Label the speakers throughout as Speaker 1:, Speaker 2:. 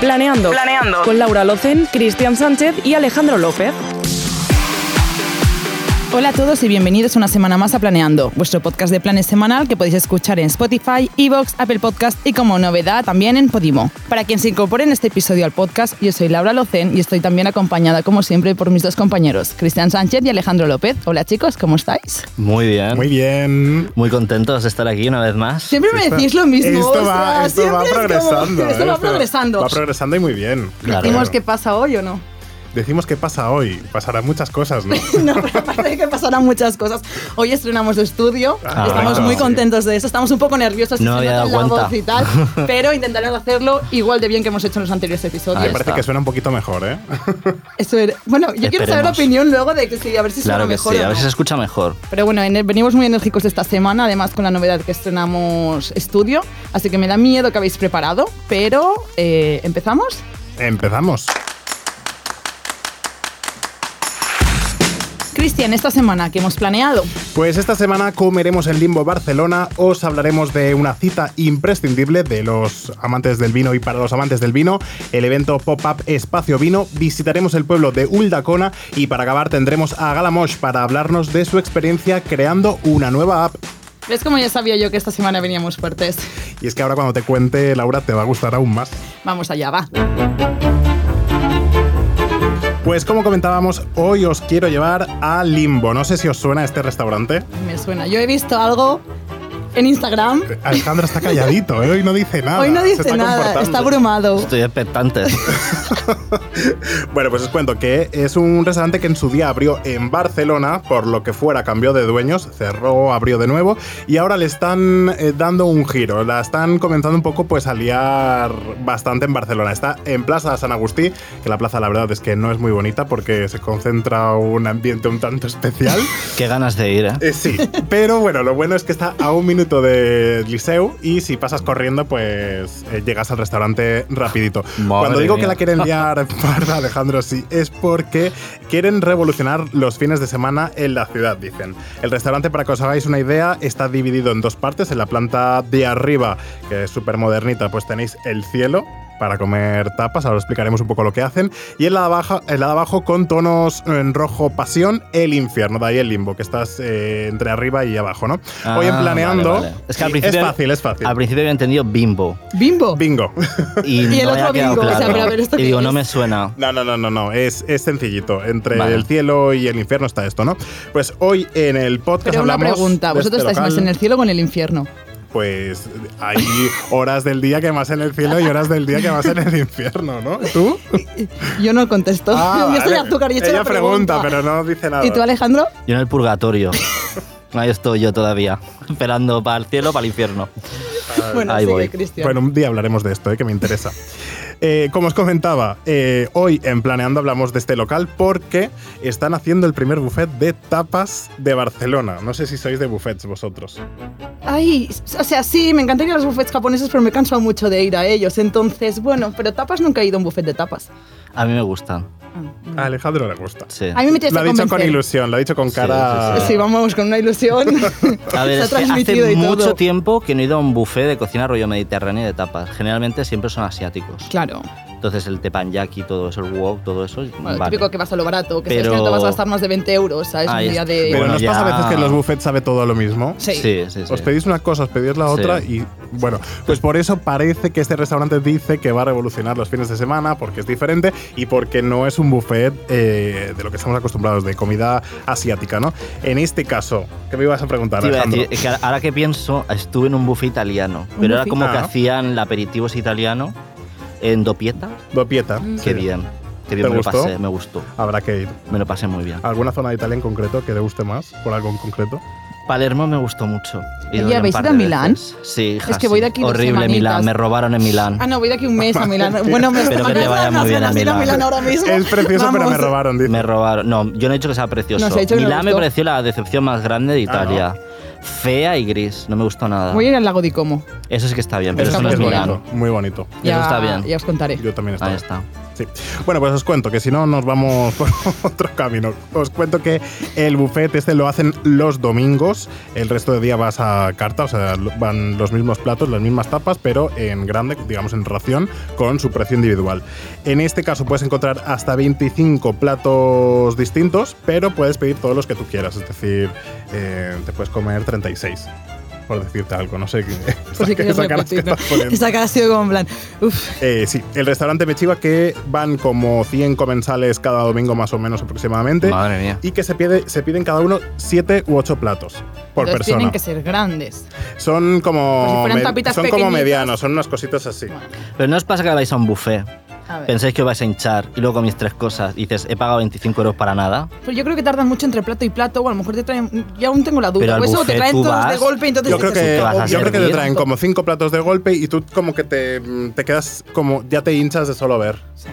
Speaker 1: Planeando.
Speaker 2: Planeando.
Speaker 1: Con Laura Locen, Cristian Sánchez y Alejandro López.
Speaker 3: Hola a todos y bienvenidos una semana más a Planeando, vuestro podcast de planes semanal que podéis escuchar en Spotify, Evox, Apple Podcast y como novedad también en Podimo. Para quien se incorpore en este episodio al podcast, yo soy Laura Locen y estoy también acompañada como siempre por mis dos compañeros, Cristian Sánchez y Alejandro López. Hola chicos, ¿cómo estáis?
Speaker 4: Muy bien.
Speaker 5: Muy bien.
Speaker 4: Muy contentos de estar aquí una vez más.
Speaker 3: Siempre me decís lo mismo.
Speaker 5: Esto
Speaker 3: o
Speaker 5: va,
Speaker 3: sea,
Speaker 5: esto va
Speaker 3: siempre es como-
Speaker 5: progresando.
Speaker 3: esto
Speaker 5: ¿eh?
Speaker 3: va progresando.
Speaker 5: Va progresando y muy bien.
Speaker 4: Claro.
Speaker 3: Decimos qué pasa hoy o no.
Speaker 5: Decimos qué pasa hoy. Pasarán muchas cosas, ¿no?
Speaker 3: No, pero aparte de que pasarán muchas cosas. Hoy estrenamos de estudio,
Speaker 5: Ah,
Speaker 3: estamos
Speaker 5: correcto.
Speaker 3: muy contentos de eso, estamos un poco nerviosos,
Speaker 4: No
Speaker 3: se
Speaker 4: había
Speaker 3: nota
Speaker 4: dado
Speaker 3: en la
Speaker 4: cuenta.
Speaker 3: voz y tal, pero intentaremos hacerlo igual de bien que hemos hecho en los anteriores episodios.
Speaker 4: Ahí
Speaker 5: Me parece
Speaker 4: está.
Speaker 5: que suena un poquito mejor, ¿eh?
Speaker 3: Eso era- bueno, yo quiero saber la
Speaker 4: Esperemos.
Speaker 3: opinión luego de que sí, a ver si
Speaker 4: Claro
Speaker 3: suena
Speaker 4: que
Speaker 3: mejor.
Speaker 4: sí,
Speaker 3: o
Speaker 4: a ver
Speaker 3: no.
Speaker 4: si se escucha mejor.
Speaker 3: Pero bueno, en- venimos muy enérgicos esta semana, además con la novedad que estrenamos estudio, así que me da miedo que habéis preparado, pero eh, empezamos.
Speaker 5: Empezamos.
Speaker 3: Cristian, esta semana que hemos planeado,
Speaker 5: Pues esta semana comeremos en Limbo Barcelona, os hablaremos de una cita imprescindible de los amantes del vino y para los amantes del vino, el evento Pop-Up Espacio Vino, visitaremos el pueblo de Uldacona y para acabar tendremos a Galamosh para hablarnos de su experiencia creando una nueva app.
Speaker 3: ¿ves como ya sabía yo que esta semana veníamos fuertes?
Speaker 5: Y es que ahora cuando te cuente, Laura, te va a gustar aún más.
Speaker 3: Vamos allá, va.
Speaker 5: Pues como comentábamos, hoy os quiero llevar a Limbo. No sé si os suena este restaurante.
Speaker 3: Me suena. Yo he visto algo en Instagram.
Speaker 5: Alejandro está calladito, ¿eh? hoy no dice nada.
Speaker 3: Hoy no
Speaker 5: se
Speaker 3: dice
Speaker 5: está
Speaker 3: nada,
Speaker 5: comportando.
Speaker 3: está abrumado.
Speaker 4: Estoy expectante.
Speaker 5: Bueno, pues os cuento que es un restaurante que en su día abrió en Barcelona, por lo que fuera cambió de dueños, cerró, abrió de nuevo y ahora le están eh, dando un giro, la están comenzando un poco pues a liar bastante en Barcelona. Está en Plaza San Agustí, que la plaza la verdad es que no es muy bonita porque se concentra un ambiente un tanto especial.
Speaker 4: Qué ganas de ir, ¿eh?
Speaker 5: Eh, sí, pero bueno, lo bueno es que está a un minuto de Liceu y si pasas corriendo, pues eh, llegas al restaurante rapidito.
Speaker 4: Madre
Speaker 5: Cuando digo
Speaker 4: mía.
Speaker 5: que la quieren liar parda, Alejandro, sí, es porque quieren revolucionar los fines de semana en la ciudad, dicen. El restaurante, para que os hagáis una idea, está dividido en dos partes. En la planta de arriba, que es súper modernita, pues tenéis el cielo para comer tapas, ahora os explicaremos un poco lo que hacen, y en la de abajo, en la de abajo con tonos en rojo pasión, el infierno, de ahí el limbo, que estás eh, entre arriba y abajo, ¿no? Hoy en
Speaker 4: Ah,
Speaker 5: planeando...
Speaker 4: vale, vale. Es que al
Speaker 5: y
Speaker 4: principio.
Speaker 5: fácil, es fácil.
Speaker 4: Al principio había entendido bimbo.
Speaker 3: Bimbo.
Speaker 5: Bingo.
Speaker 4: Y,
Speaker 3: el
Speaker 4: no
Speaker 3: otro
Speaker 4: había quedado
Speaker 3: bingo, o sea,
Speaker 4: claro.
Speaker 3: pero a ver, ¿esto
Speaker 4: y
Speaker 3: qué
Speaker 4: digo,
Speaker 3: es?
Speaker 4: no me suena.
Speaker 5: No, no, no, no, no. Es, es sencillito. Entre
Speaker 4: Vale.
Speaker 5: el cielo y el infierno está esto, ¿no? Pues hoy en el podcast
Speaker 3: Pero una
Speaker 5: hablamos.
Speaker 3: pregunta,
Speaker 5: de
Speaker 3: ¿vosotros
Speaker 5: este
Speaker 3: estáis más
Speaker 5: local.
Speaker 3: en el cielo o en el infierno?
Speaker 5: Pues hay horas del día que más en el cielo y horas del día que más en el infierno, ¿no? ¿Tú?
Speaker 3: Yo no contesto.
Speaker 5: Ah,
Speaker 3: yo soy
Speaker 5: vale.
Speaker 3: azúcar y he hecho
Speaker 5: Ella
Speaker 3: la
Speaker 5: pregunta, pero no dice nada.
Speaker 3: ¿Y tú, Alejandro?
Speaker 4: Yo en el purgatorio. Ahí estoy yo todavía, esperando para el cielo, para el infierno.
Speaker 3: Bueno,
Speaker 4: ahí
Speaker 3: sigue,
Speaker 4: voy.
Speaker 3: Cristian.
Speaker 5: Bueno, un día hablaremos de esto, eh, que me interesa. Eh, como os comentaba, eh, hoy en Planeando hablamos de este local porque están haciendo el primer buffet de tapas de Barcelona. No sé si sois de buffets vosotros.
Speaker 3: Ay, o sea, sí, me encantaría los buffets japoneses, pero me canso mucho de ir a ellos. Entonces, bueno, pero tapas nunca he ido a un buffet de tapas. Ah,
Speaker 4: A mí me gustan.
Speaker 5: A Alejandro le gusta.
Speaker 4: Sí.
Speaker 3: A mí me tienes
Speaker 5: Ah, Lo ha
Speaker 3: que
Speaker 5: dicho con
Speaker 3: convencer.
Speaker 5: ilusión, lo ha dicho con
Speaker 4: Sí,
Speaker 5: cara.
Speaker 4: ilusión.
Speaker 3: Sí, vamos, con una ilusión.
Speaker 4: A ver,
Speaker 3: Se ha
Speaker 4: es que
Speaker 3: transmitido
Speaker 4: hace
Speaker 3: y todo.
Speaker 4: mucho tiempo que no he ido a un buffet de cocina rollo mediterráneo de tapas. Generalmente siempre son asiáticos.
Speaker 3: Claro.
Speaker 4: Entonces el tepanyaki, todo eso, el wok, todo eso.
Speaker 3: Bueno,
Speaker 4: vale.
Speaker 3: típico que vas a lo barato, que
Speaker 4: Pero-
Speaker 3: sabes que no te vas a gastar más de 20 euros, ¿sabes?
Speaker 4: Ahí
Speaker 3: un día
Speaker 4: está.
Speaker 3: de...
Speaker 5: Pero
Speaker 4: Bueno,
Speaker 5: ¿no os pasa a
Speaker 4: ya-
Speaker 5: veces que en los buffets sabe todo lo mismo?
Speaker 3: Sí.
Speaker 4: Sí, sí, sí.
Speaker 5: Os pedís una cosa, os pedís la otra
Speaker 4: Sí.
Speaker 5: y bueno, pues por eso parece que este restaurante dice que va a revolucionar los fines de semana porque es diferente y porque no es un buffet eh, de lo que estamos acostumbrados, de comida asiática, ¿no? En este caso, ¿qué me ibas a preguntar,
Speaker 4: Te iba a
Speaker 5: Alejandro?
Speaker 4: decir, que ahora- ahora que pienso, estuve en un buffet italiano,
Speaker 3: ¿Un
Speaker 4: pero era
Speaker 3: buffet?
Speaker 4: como que
Speaker 5: Ah.
Speaker 4: hacían el aperitivos italiano en Dopieta.
Speaker 5: Dopieta.
Speaker 4: eh, Qué
Speaker 5: Sí.
Speaker 4: bien, qué bien
Speaker 5: ¿Te
Speaker 4: me
Speaker 5: gustó? Ah.
Speaker 4: lo pasé, me gustó,
Speaker 5: Habrá que ir.
Speaker 4: me lo pasé muy bien.
Speaker 5: ¿Alguna zona de Italia en concreto que te guste más? ¿Por algo en concreto?
Speaker 4: Palermo me gustó mucho. He ido
Speaker 3: Oye,
Speaker 4: ya un
Speaker 3: ¿habéis
Speaker 4: par
Speaker 3: ido a
Speaker 4: de
Speaker 3: Milán?
Speaker 4: veces. Sí, hija,
Speaker 3: Es que
Speaker 4: sí.
Speaker 3: voy de aquí dos
Speaker 4: Horrible
Speaker 3: semanitas.
Speaker 4: Milán, me robaron en Milán.
Speaker 3: Ah, no, voy de aquí un mes a Milán. bueno, me
Speaker 4: Pero
Speaker 3: me
Speaker 4: que
Speaker 3: acabas
Speaker 4: te
Speaker 3: de
Speaker 4: vaya
Speaker 3: dar
Speaker 4: muy
Speaker 3: unas
Speaker 4: bien a
Speaker 3: ganas de ir
Speaker 4: Milán.
Speaker 3: ahora mismo.
Speaker 5: Es precioso, pero
Speaker 3: Vamos.
Speaker 5: me robaron, dice.
Speaker 4: Me robaron. No, yo no he dicho que sea precioso.
Speaker 3: No, se ha dicho que no
Speaker 4: Milán
Speaker 3: le
Speaker 4: me
Speaker 3: gustó.
Speaker 4: pareció la decepción más grande de
Speaker 5: Ah,
Speaker 4: Italia. Fea y gris, no me gustó nada.
Speaker 3: Voy a ir al lago di Como.
Speaker 4: Eso sí que está bien, pero
Speaker 5: Eso
Speaker 3: está
Speaker 4: eso no es
Speaker 5: es
Speaker 3: muy
Speaker 4: Milán.
Speaker 5: bonito, muy bonito.
Speaker 4: Ya, está bien.
Speaker 3: Ya os contaré.
Speaker 5: Yo también
Speaker 4: Ahí
Speaker 5: estaba.
Speaker 4: está.
Speaker 5: Sí. Bueno, pues os cuento que si no nos vamos por otro camino. Os cuento que el buffet este lo hacen los domingos. El resto de día vas a carta, o sea, lo- van los mismos platos, las mismas tapas, pero en grande, digamos en ración, con su precio individual. En este caso puedes encontrar hasta 25 platos distintos, pero puedes pedir todos los que tú quieras. Es decir, eh, te puedes comer 36. Por decirte algo, no sé qué.
Speaker 3: Por si quieres
Speaker 5: esa cara que
Speaker 3: repetirlo.
Speaker 5: estás poniendo.
Speaker 3: Esa cara ha sido como en plan. Uf.
Speaker 5: Eh, sí, el restaurante Mechiva que van como 100 comensales cada domingo más o menos aproximadamente
Speaker 4: Madre mía.
Speaker 5: y que se, pide, se piden cada uno 7 u 8 platos por
Speaker 3: Entonces
Speaker 5: persona.
Speaker 3: Tienen que ser grandes.
Speaker 5: Son
Speaker 3: Como si
Speaker 5: como,
Speaker 3: fueran
Speaker 5: me-
Speaker 3: tapitas
Speaker 5: son como
Speaker 3: pequeñitas.
Speaker 5: medianos, son unas cositas así.
Speaker 4: Pero no os pasa que vais a un buffet,
Speaker 3: A ver.
Speaker 4: pensáis que os vais a hinchar y luego coméis tres cosas y dices, he pagado 25 euros para nada.
Speaker 3: Pero yo creo que tardan mucho entre plato y plato, o a lo mejor te traen. Yo aún tengo la duda.
Speaker 4: Pero al
Speaker 3: o eso, o te
Speaker 4: buffet
Speaker 3: traen
Speaker 4: tú
Speaker 3: todos de
Speaker 4: vas-
Speaker 3: golpe, entonces.
Speaker 5: Yo creo,
Speaker 3: dices,
Speaker 5: que,
Speaker 4: te vas a
Speaker 5: yo creo que te
Speaker 4: servir.
Speaker 5: traen como 5 platos de golpe y tú como que te, mm, te quedas como ya te hinchas de solo ver.
Speaker 3: Sí.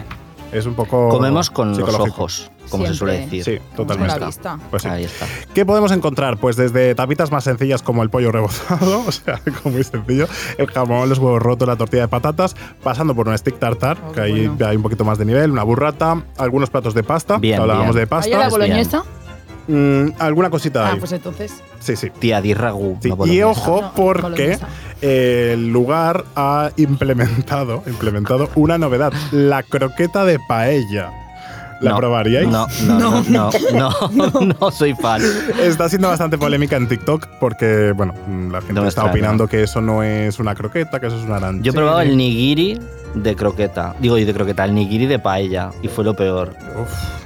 Speaker 5: Es un poco
Speaker 4: Comemos con los
Speaker 5: Oh, psicológico.
Speaker 4: ojos, como se suele
Speaker 3: Siempre.
Speaker 4: decir.
Speaker 5: Sí,
Speaker 3: Con la
Speaker 5: totalmente.
Speaker 3: vista.
Speaker 5: Pues sí.
Speaker 4: Ahí está.
Speaker 5: ¿Qué podemos encontrar? Pues desde tapitas más sencillas como el pollo rebozado, o sea, algo muy sencillo, el jamón, los huevos rotos, la tortilla de patatas, pasando por un stick tartar,
Speaker 3: Oh,
Speaker 5: que ahí
Speaker 3: bueno.
Speaker 5: hay un poquito más de nivel, una burrata, algunos platos de pasta,
Speaker 4: Bien,
Speaker 5: que hablábamos
Speaker 4: bien.
Speaker 5: de
Speaker 3: ¿Hay a la
Speaker 5: pasta,
Speaker 4: bol-
Speaker 3: boloñesa?
Speaker 5: Mm, alguna cosita
Speaker 3: Ah,
Speaker 5: ahí.
Speaker 3: pues entonces.
Speaker 5: Sí, sí.
Speaker 4: Tía di ragú.
Speaker 5: Sí,
Speaker 4: no
Speaker 5: y
Speaker 4: boloñesa.
Speaker 5: ojo
Speaker 3: No,
Speaker 5: porque
Speaker 3: boloñesa.
Speaker 5: eh, el lugar ha implementado, implementado una novedad, la croqueta de paella. ¿La
Speaker 4: No,
Speaker 5: probaríais?
Speaker 4: No, no, no, no, no, no soy fan.
Speaker 5: Está siendo bastante polémica en TikTok porque, bueno, la gente
Speaker 4: No
Speaker 5: está
Speaker 4: extraña.
Speaker 5: opinando que eso no es una croqueta, que eso es una naranja.
Speaker 4: Yo he probado el nigiri de croqueta. Digo, y de croqueta, el nigiri de paella. Y fue lo peor.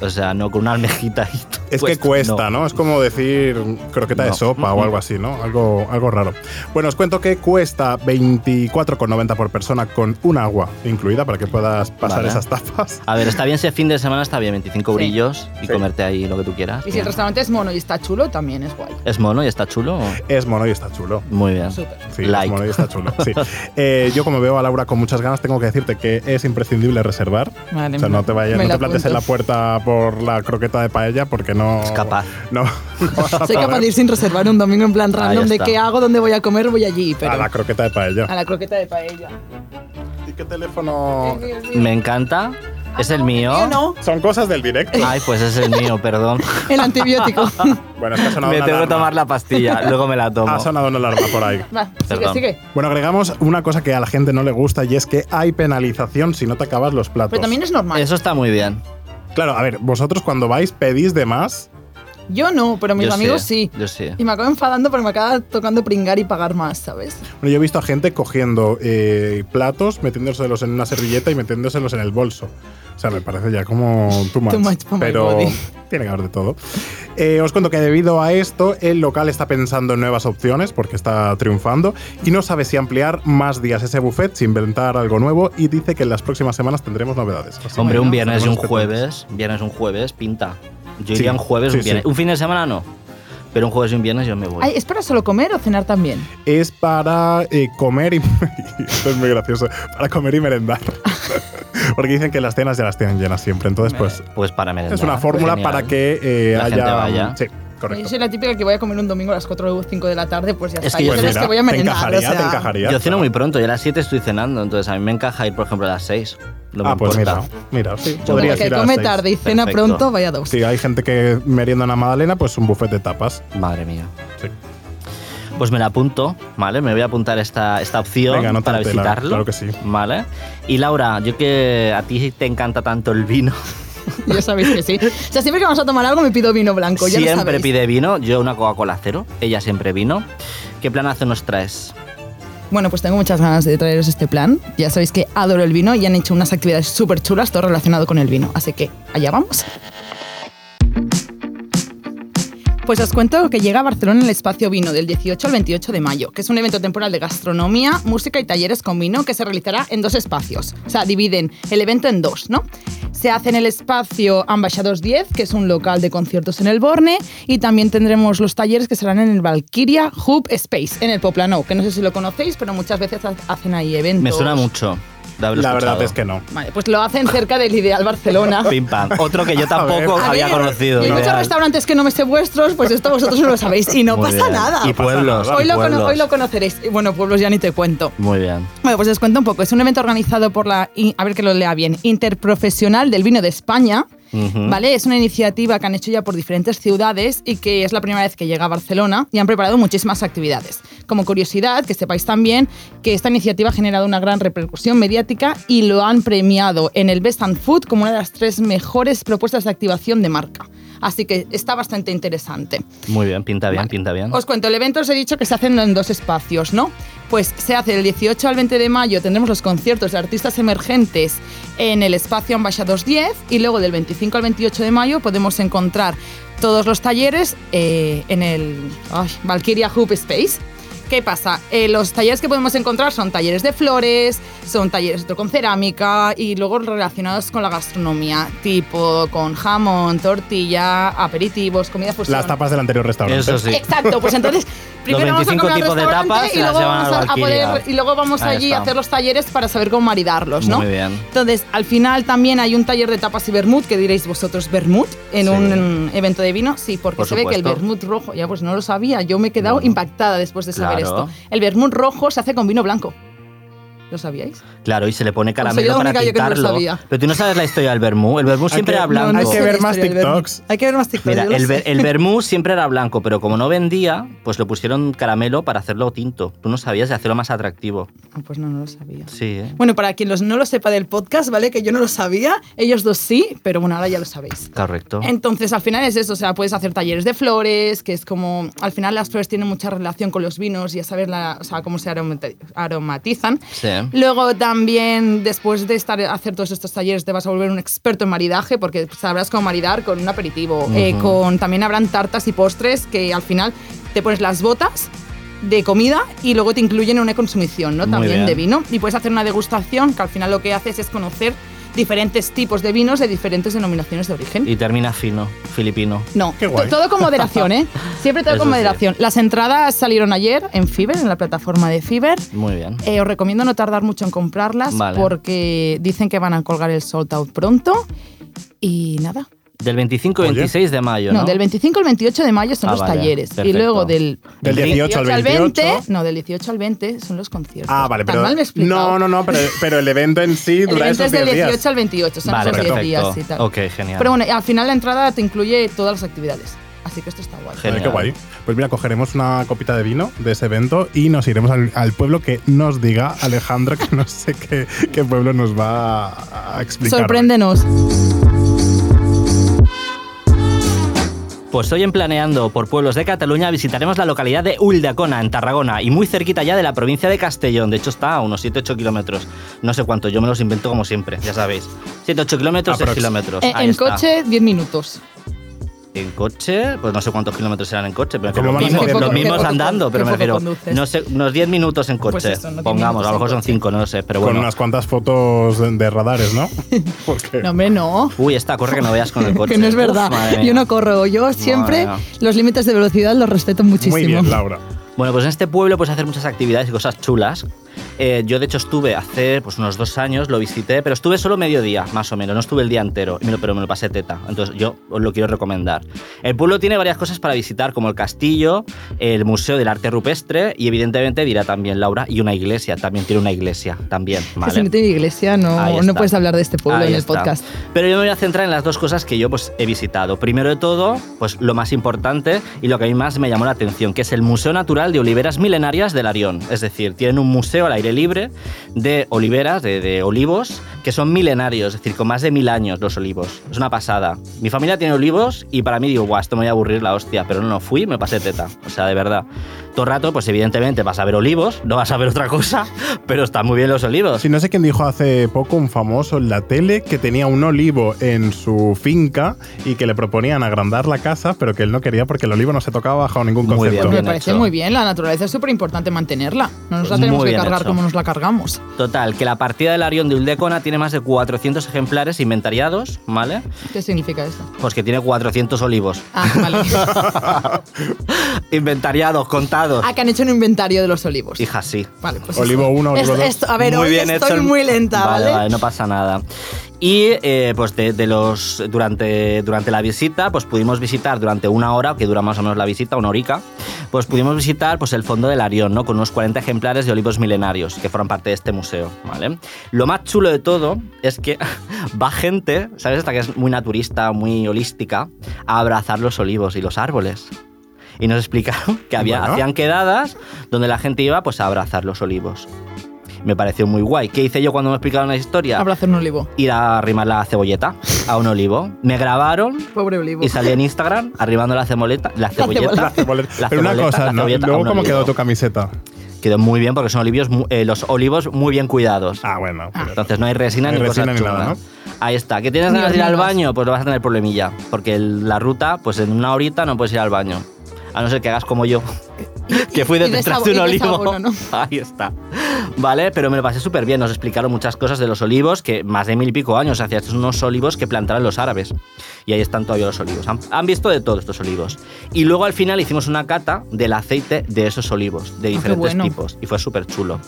Speaker 4: O sea, no, con una almejita y todo Pues,
Speaker 5: Es
Speaker 4: puesto,
Speaker 5: que cuesta, ¿no? Es como decir croqueta de
Speaker 4: No.
Speaker 5: sopa o algo así, ¿no? Algo, algo raro. Bueno, os cuento que cuesta 24,90 por persona con un agua incluida para que puedas pasar
Speaker 4: Vale.
Speaker 5: esas tapas.
Speaker 4: A ver, está bien si el fin de semana está bien, 25
Speaker 3: Sí.
Speaker 4: brillos y
Speaker 5: Sí.
Speaker 4: comerte ahí lo que tú quieras.
Speaker 3: Y si el
Speaker 4: Bien.
Speaker 3: restaurante es mono y está chulo, también es guay.
Speaker 4: ¿Es mono y está chulo?
Speaker 5: Es mono y está chulo.
Speaker 4: Muy bien.
Speaker 3: Súper.
Speaker 5: Sí,
Speaker 4: Like.
Speaker 5: es mono y está chulo. sí. Eh, yo como veo a Laura con muchas ganas, tengo que decirte que es imprescindible reservar.
Speaker 3: Vale,
Speaker 5: O sea, no te vayas,
Speaker 3: me
Speaker 5: no
Speaker 3: la
Speaker 5: te plantes
Speaker 3: apunto.
Speaker 5: en la puerta por la croqueta de paella porque no.
Speaker 4: Es capaz.
Speaker 5: No. no vas a
Speaker 3: Soy capaz
Speaker 5: poder
Speaker 3: de ir sin reservar un domingo en plan random de
Speaker 4: está.
Speaker 3: qué hago, dónde voy a comer, voy allí. Pero
Speaker 5: A la croqueta de
Speaker 4: Ah.
Speaker 5: paella.
Speaker 3: a la croqueta de paella.
Speaker 5: ¿Y qué teléfono?
Speaker 4: Oh, Me encanta. ¿Es el mío?
Speaker 3: Ah, No,
Speaker 5: Son cosas del directo.
Speaker 4: Ay, pues es el mío, perdón.
Speaker 3: el antibiótico.
Speaker 5: Bueno, es que ha sonado
Speaker 4: Me
Speaker 5: una
Speaker 4: tengo que
Speaker 5: alarma.
Speaker 4: tomar la pastilla, luego me la tomo.
Speaker 5: Ha sonado una alarma por ahí.
Speaker 3: Va, sigue,
Speaker 4: Perdón.
Speaker 3: sigue.
Speaker 5: Bueno, agregamos una cosa que a la gente no le gusta y es que hay penalización si no te acabas los platos.
Speaker 3: Pero también es normal.
Speaker 4: Eso está muy bien.
Speaker 5: Claro, a ver, vosotros cuando vais pedís de más.
Speaker 3: Yo no, pero mis
Speaker 4: Yo
Speaker 3: amigos
Speaker 4: sé,
Speaker 3: sí.
Speaker 4: Yo sí. ¿eh?
Speaker 3: Y me acabo enfadando porque me acaba tocando pringar y pagar más, ¿sabes?
Speaker 5: Bueno, yo he visto a gente cogiendo eh, platos, metiéndoselos en una servilleta y metiéndoselos en el bolso. O sea, me parece ya como too much.
Speaker 3: Too much for my
Speaker 5: pero
Speaker 3: body.
Speaker 5: tiene que haber de todo. Eh, os cuento que debido a esto, el local está pensando en nuevas opciones porque está triunfando y no sabe si ampliar más días ese buffet, si inventar algo nuevo y dice que en las próximas semanas tendremos novedades. Así que este
Speaker 4: Hombre, un
Speaker 5: estaremos
Speaker 4: viernes y un
Speaker 5: expectantes.
Speaker 4: jueves, viernes y un jueves, pinta. Yo
Speaker 5: Sí,
Speaker 4: iría un jueves,
Speaker 5: sí,
Speaker 4: un viernes.
Speaker 5: sí.
Speaker 4: Un fin de semana no. Pero un jueves y un viernes yo me voy.
Speaker 3: Ay, ¿Es para solo comer o cenar también?
Speaker 5: es para eh, comer y. esto es muy gracioso. Para comer y merendar. Porque dicen que las cenas ya las tienen llenas siempre. Ences, pues,
Speaker 4: Pues para merendar.
Speaker 5: es una fórmula
Speaker 4: Genial.
Speaker 5: para que eh,
Speaker 4: La
Speaker 5: haya.
Speaker 4: gente vaya.
Speaker 5: Sí,
Speaker 3: Yo
Speaker 5: correcto.
Speaker 3: soy la típica que voy a comer un domingo a las 4 o 5 de la tarde, pues ya
Speaker 4: Es
Speaker 3: está.
Speaker 4: que
Speaker 3: yo
Speaker 4: yo-
Speaker 3: sé
Speaker 4: Pues
Speaker 3: que voy a
Speaker 5: te
Speaker 3: merendar.
Speaker 5: encajaría,
Speaker 3: o sea,
Speaker 5: te encajaría.
Speaker 4: Yo ceno muy pronto, yo a las 7 estoy cenando, entonces a mí me encaja ir, por ejemplo, a las 6. No me
Speaker 5: Ah, pues
Speaker 4: importa.
Speaker 5: mira, mira, sí.
Speaker 4: Yo
Speaker 3: como
Speaker 4: creo
Speaker 5: podrías
Speaker 3: que
Speaker 5: ir a las
Speaker 3: come
Speaker 5: seis.
Speaker 3: tarde y cena
Speaker 4: Perfecto.
Speaker 3: pronto, vaya dos.
Speaker 5: Sí, hay gente que merienda una magdalena, pues un buffet de tapas.
Speaker 4: Madre mía.
Speaker 5: Sí.
Speaker 4: Pues me la apunto, ¿vale? Me voy a apuntar esta, esta opción
Speaker 5: Venga, anótatela,
Speaker 4: para visitarlo.
Speaker 5: claro que sí.
Speaker 4: ¿Vale? Y Laura, yo que a ti te encanta tanto el vino,
Speaker 3: Ya sabéis que sí. O sea, siempre que vamos a tomar algo me pido vino blanco. Ya lo
Speaker 4: siempre
Speaker 3: sabéis.
Speaker 4: pide vino, yo una Coca-Cola cero, ella siempre vino. ¿Qué planazo nos traes?
Speaker 3: Bueno, pues tengo muchas ganas de traeros este plan. Ya sabéis que adoro el vino y han hecho unas actividades súper chulas, todo relacionado con el vino. Así que allá vamos. Pues os cuento que llega a Barcelona el Espacio Vino del 18 al 28 de mayo, que es un evento temporal de gastronomía, música y talleres con vino que se realizará en dos espacios. O sea, dividen el evento en dos, ¿no? Se hace en el espacio Ambaixados 10, que es un local de conciertos en el Borne, y también tendremos los talleres que serán en el Valkyria Hub Space, en el Poplano, que no sé si lo conocéis, pero muchas veces ha- hacen ahí eventos.
Speaker 4: Me suena mucho. de haberlo
Speaker 5: La verdad
Speaker 4: escuchado.
Speaker 5: es que no.
Speaker 3: Vale, pues lo hacen cerca del ideal Barcelona.
Speaker 4: Pim pam. Otro que yo tampoco
Speaker 5: A
Speaker 3: A
Speaker 4: había
Speaker 3: ver,
Speaker 4: conocido.
Speaker 3: y
Speaker 4: ¿eh?
Speaker 3: hay muchos
Speaker 4: ideal.
Speaker 3: restaurantes que no me sé vuestros, pues esto vosotros no lo sabéis y no
Speaker 4: Muy
Speaker 3: pasa
Speaker 4: bien.
Speaker 3: nada.
Speaker 5: Y pueblos.
Speaker 4: nada.
Speaker 3: Hoy lo, cono-
Speaker 4: pueblos.
Speaker 3: hoy lo conoceréis. Y Bueno, pueblos ya ni te cuento.
Speaker 4: Muy bien.
Speaker 3: Bueno, pues les cuento un poco. Es un evento organizado por la, in- a ver que lo lea bien, Interprofesional del Vino de España.
Speaker 4: Ujú.
Speaker 3: ¿Vale? Es una iniciativa que han hecho ya por diferentes ciudades y que es la primera vez que llega a Barcelona y han preparado muchísimas actividades. Como curiosidad, que sepáis también que esta iniciativa ha generado una gran repercusión mediática y lo han premiado en el Best and Food como una de las tres mejores propuestas de activación de marca. Así que está bastante interesante.
Speaker 4: Muy bien, pinta bien,
Speaker 3: Vale.
Speaker 4: pinta bien.
Speaker 3: Os cuento, el evento os he dicho que se hacen en dos espacios, ¿no? Pues se hace del 18 al 20 de mayo, tendremos los conciertos de artistas emergentes en el espacio Ambaixados 10 y luego del 25 al 28 de mayo podemos encontrar todos los talleres eh, en el ay, Valkyria Hoop Space. ¿Qué pasa? Eh, los talleres que podemos encontrar son talleres de flores, son talleres con cerámica y luego relacionados con la gastronomía, tipo con jamón, tortilla, aperitivos, comida fusión.
Speaker 5: Las tapas del anterior restaurante.
Speaker 4: Eso sí.
Speaker 3: Exacto, pues entonces primero vamos a
Speaker 4: 25
Speaker 3: comer al
Speaker 4: tipos de
Speaker 3: restaurante
Speaker 4: tapas
Speaker 3: y
Speaker 4: las
Speaker 3: luego
Speaker 4: llevan
Speaker 3: vamos
Speaker 4: al
Speaker 3: a, a
Speaker 4: Valkyria.
Speaker 3: poder y luego vamos
Speaker 4: Ahí
Speaker 3: allí
Speaker 4: está.
Speaker 3: a hacer los talleres para saber cómo maridarlos, ¿no?
Speaker 4: Muy bien.
Speaker 3: Entonces, al final también hay un taller de tapas y vermut, que diréis vosotros vermut en
Speaker 4: Sí.
Speaker 3: un evento de vino, sí, porque
Speaker 4: Por
Speaker 3: se ve que el
Speaker 4: supuesto.
Speaker 3: vermut rojo, ya pues no lo sabía, yo me he quedado
Speaker 4: No.
Speaker 3: impactada después de saber
Speaker 4: Claro.
Speaker 3: esto. El vermut rojo se hace con vino blanco. ¿Lo sabíais?
Speaker 4: Claro, y se le pone
Speaker 3: Pues soy
Speaker 4: caramelo
Speaker 3: la
Speaker 4: para
Speaker 3: única yo que no lo
Speaker 4: quitarlo.
Speaker 3: sabía.
Speaker 4: Pero tú no sabes la historia del vermú. El vermú
Speaker 5: Hay
Speaker 4: siempre
Speaker 5: que-
Speaker 4: era blanco.
Speaker 5: No, no Hay que sé. ver más TikToks.
Speaker 3: Hay que ver más TikToks.
Speaker 4: Mira, el, ver- el vermú siempre era blanco, pero como no vendía, pues le pusieron caramelo para hacerlo tinto. Tú no sabías de hacerlo más atractivo.
Speaker 3: pues no, no lo sabía.
Speaker 4: Sí, ¿eh?
Speaker 3: Bueno, para quien los, no lo sepa del podcast, ¿vale? Que yo no lo sabía, ellos dos sí, pero bueno, ahora ya lo sabéis.
Speaker 4: Correcto.
Speaker 3: Entonces, al final es eso, o sea, puedes hacer talleres de flores, que es como, al final las flores tienen mucha relación con los vinos y a saber la- o sea, cómo se aromati- aromatizan.
Speaker 4: Sí. ¿eh?
Speaker 3: Luego también, después de estar, hacer todos estos talleres, te vas a volver un experto en maridaje, porque sabrás cómo maridar con un aperitivo. Eh,
Speaker 4: Ujú.
Speaker 3: con, también habrán tartas y postres que al final te pones las botas de comida y luego te incluyen una consumición, ¿no?
Speaker 4: Muy
Speaker 3: También
Speaker 4: bien.
Speaker 3: de vino. Y puedes hacer una degustación, que al final lo que haces es conocer diferentes tipos de vinos de diferentes denominaciones de origen.
Speaker 4: Y termina fino, filipino.
Speaker 3: No,
Speaker 5: Qué guay.
Speaker 3: to- todo con moderación, ¿eh? Siempre todo
Speaker 4: Eso
Speaker 3: con
Speaker 4: sí.
Speaker 3: moderación. Las entradas salieron ayer en Fiverr, en la plataforma de Fiverr.
Speaker 4: Muy bien.
Speaker 3: Eh, os recomiendo no tardar mucho en comprarlas
Speaker 4: Vale.
Speaker 3: porque dicen que van a colgar el sold out pronto. Y nada.
Speaker 4: Del 25 y
Speaker 5: Oye.
Speaker 4: 26 de mayo, ¿no?
Speaker 3: No, del 25 al 28 de mayo son
Speaker 4: Ah,
Speaker 3: los
Speaker 4: vale,
Speaker 3: talleres. Y
Speaker 4: perfecto.
Speaker 3: luego del,
Speaker 5: Del 18 al 28.
Speaker 3: No, del 18 al 20 son los conciertos.
Speaker 5: Ah, vale,
Speaker 3: Tan
Speaker 5: pero.
Speaker 3: mal me he explicado.
Speaker 5: No, no, no, pero, pero el evento en sí
Speaker 3: El
Speaker 5: dura
Speaker 3: evento es
Speaker 5: esos
Speaker 3: del
Speaker 5: 10
Speaker 3: 18
Speaker 5: días.
Speaker 3: al 28, son
Speaker 4: Vale,
Speaker 3: esos 10 días y tal.
Speaker 4: perfecto. Ok, genial.
Speaker 3: Pero bueno, al final la entrada te incluye todas las actividades. Así que esto está guay.
Speaker 4: Genial.
Speaker 5: Ay, qué guay. Pues mira, cogeremos una copita de vino de ese evento y nos iremos al, al pueblo que nos diga Alejandra, que no sé qué, qué pueblo nos va a- a explicar. hoy.
Speaker 3: Sorpréndenos.
Speaker 4: Pues hoy en Planeando por Pueblos de Cataluña visitaremos la localidad de Uldacona, en Tarragona, y muy cerquita ya de la provincia de Castellón. De hecho, está a unos 7-8 kilómetros. No sé cuánto, yo me los invento como siempre, ya sabéis. 7-8 kilómetros, 6
Speaker 5: Aprox.
Speaker 4: kilómetros.
Speaker 3: Eh,
Speaker 4: Ahí
Speaker 3: en
Speaker 4: está.
Speaker 3: coche, 10 minutos.
Speaker 4: En coche, pues no sé cuántos kilómetros serán en coche, pero que
Speaker 5: ¿Cómo
Speaker 4: los
Speaker 5: van a
Speaker 4: mismos,
Speaker 5: ser?
Speaker 4: los
Speaker 5: Qué
Speaker 4: mismos
Speaker 3: poco-
Speaker 4: andando,
Speaker 3: qué
Speaker 4: pero me
Speaker 3: poco
Speaker 4: refiero.
Speaker 3: conduces.
Speaker 4: No sé, unos 10 minutos en coche,
Speaker 3: Pues eso, no 10
Speaker 4: pongamos,
Speaker 3: minutos
Speaker 4: a lo
Speaker 3: en
Speaker 4: mejor son
Speaker 3: coche.
Speaker 4: 5, no lo sé, pero
Speaker 5: Con
Speaker 4: bueno.
Speaker 5: unas cuantas fotos de, de radares, ¿no? Porque
Speaker 3: No, hombre, no.
Speaker 4: Uy, esta corre que no veas con el coche.
Speaker 3: Que no es
Speaker 4: Uf,
Speaker 3: verdad.
Speaker 4: madre mía.
Speaker 3: Yo no corro. Yo siempre
Speaker 4: mía.
Speaker 3: los límites de velocidad los respeto muchísimo.
Speaker 5: muy bien, Laura.
Speaker 4: Bueno, pues en este pueblo puedes hacer muchas actividades y cosas chulas. Eh, yo de hecho estuve hace pues, unos dos años, lo visité, pero estuve solo mediodía, más o menos, no estuve el día entero, y me lo- pero me lo pasé teta. Entonces yo os lo quiero recomendar. El pueblo tiene varias cosas para visitar, como el castillo, el Museo del Arte Rupestre y evidentemente dirá también Laura, y una iglesia, también tiene una iglesia, también.
Speaker 3: Que si
Speaker 4: Vale.
Speaker 3: no tiene iglesia,
Speaker 4: Ahí
Speaker 3: no,
Speaker 4: está.
Speaker 3: no puedes hablar de este pueblo
Speaker 4: Ahí
Speaker 3: en el
Speaker 4: está.
Speaker 3: podcast.
Speaker 4: Pero yo me voy a centrar en las dos cosas que yo pues, he visitado. Primero de todo, pues lo más importante y lo que a mí más me llamó la atención, que es el Museo Natural de Oliveras Milenarias del Arión. Es decir, tienen un museo al aire libre de oliveras, de, de olivos, que son milenarios, es decir, con más de mil años los olivos. Es una pasada. Mi familia tiene olivos y para mí digo, guau, esto me voy a aburrir la hostia, pero no, no fui, me pasé teta. O sea, de verdad. Todo el rato, pues evidentemente vas a ver olivos, no vas a ver otra cosa, pero están muy bien los olivos.
Speaker 5: Si no sé quién dijo hace poco un famoso en la tele que tenía un olivo en su finca y que le proponían agrandar la casa, pero que él no quería porque el olivo no se tocaba bajo ningún
Speaker 4: Muy bien.
Speaker 5: concepto.
Speaker 3: Me
Speaker 4: bien
Speaker 3: parece
Speaker 4: hecho.
Speaker 3: muy bien. La naturaleza es súper importante mantenerla. No nos la
Speaker 4: Pues
Speaker 3: tenemos
Speaker 4: muy
Speaker 3: que
Speaker 4: bien
Speaker 3: cargar
Speaker 4: hecho.
Speaker 3: como nos la cargamos.
Speaker 4: Total, que la partida del Arión de Uldecona tiene más de 400 ejemplares inventariados, ¿vale?
Speaker 3: ¿Qué significa eso?
Speaker 4: Pues que tiene 400 olivos
Speaker 3: Ah, vale.
Speaker 4: inventariados, contados.
Speaker 3: ah, que han hecho un inventario de los olivos.
Speaker 4: Hija, sí.
Speaker 3: Vale, pues
Speaker 5: Olivo
Speaker 3: eso.
Speaker 5: uno, olivo
Speaker 3: Es-
Speaker 5: dos.
Speaker 3: esto- a ver, hoy
Speaker 4: bien
Speaker 3: estoy
Speaker 4: hecho el-
Speaker 3: muy lenta, ¿vale?
Speaker 4: no pasa nada. Y eh, pues de, de los durante, durante la visita, pues pudimos visitar durante una hora, que dura más o menos la visita, una horica, pues pudimos visitar pues el fondo del Arión, ¿no? Con unos 40 ejemplares de olivos milenarios que forman parte de este museo, ¿vale? Lo más chulo de todo es que va gente, ¿sabes? Esta que es muy naturista, muy holística, a abrazar los olivos y los árboles. Y nos explicaron que había,
Speaker 5: Bueno.
Speaker 4: hacían quedadas donde la gente iba pues a abrazar los olivos. Me pareció muy guay. ¿Qué hice yo cuando me explicaron la historia?
Speaker 3: Abrazar un olivo.
Speaker 4: Ir a arrimar la cebolleta a un olivo. Me grabaron
Speaker 3: Pobre olivo.
Speaker 4: y salí en Instagram arrimando la cebolleta. La cebolleta.
Speaker 5: La ceboleta.
Speaker 4: La
Speaker 5: Pero una
Speaker 4: ceboleta,
Speaker 5: cosa,
Speaker 4: la
Speaker 5: ¿no?
Speaker 4: ceboleta a
Speaker 5: luego
Speaker 4: un
Speaker 5: cómo quedó
Speaker 4: olivo.
Speaker 5: tu camiseta.
Speaker 4: Quedó muy bien porque son olivios, mu- eh, los olivos muy bien cuidados.
Speaker 5: Ah, bueno. pero-
Speaker 4: Entonces no hay resina
Speaker 5: No hay
Speaker 4: ni
Speaker 5: resina
Speaker 4: cosas
Speaker 5: ni nada,
Speaker 4: chungas. Ahí está. ¿Que tienes
Speaker 3: Ni
Speaker 4: ganas de ir al
Speaker 3: hormigas.
Speaker 4: baño? Pues lo vas a tener problemilla. Porque el- la ruta, pues en una horita no puedes ir al baño. A no ser que hagas como yo. que fui
Speaker 3: y
Speaker 4: de
Speaker 3: de
Speaker 4: detrás
Speaker 3: sabo-
Speaker 4: de un
Speaker 3: y de
Speaker 4: olivo.
Speaker 3: sabono, ¿no?
Speaker 4: Ahí está. Vale, pero me lo pasé súper bien. Nos explicaron muchas cosas de los olivos que más de mil y pico años hacía. Estos son unos olivos que plantaron los árabes. Y ahí están todavía los olivos. Han, han visto de todos estos olivos. Y luego al final hicimos una cata del aceite de esos olivos, de
Speaker 3: Ah, qué
Speaker 4: diferentes
Speaker 3: bueno.
Speaker 4: tipos. Y fue súper chulo.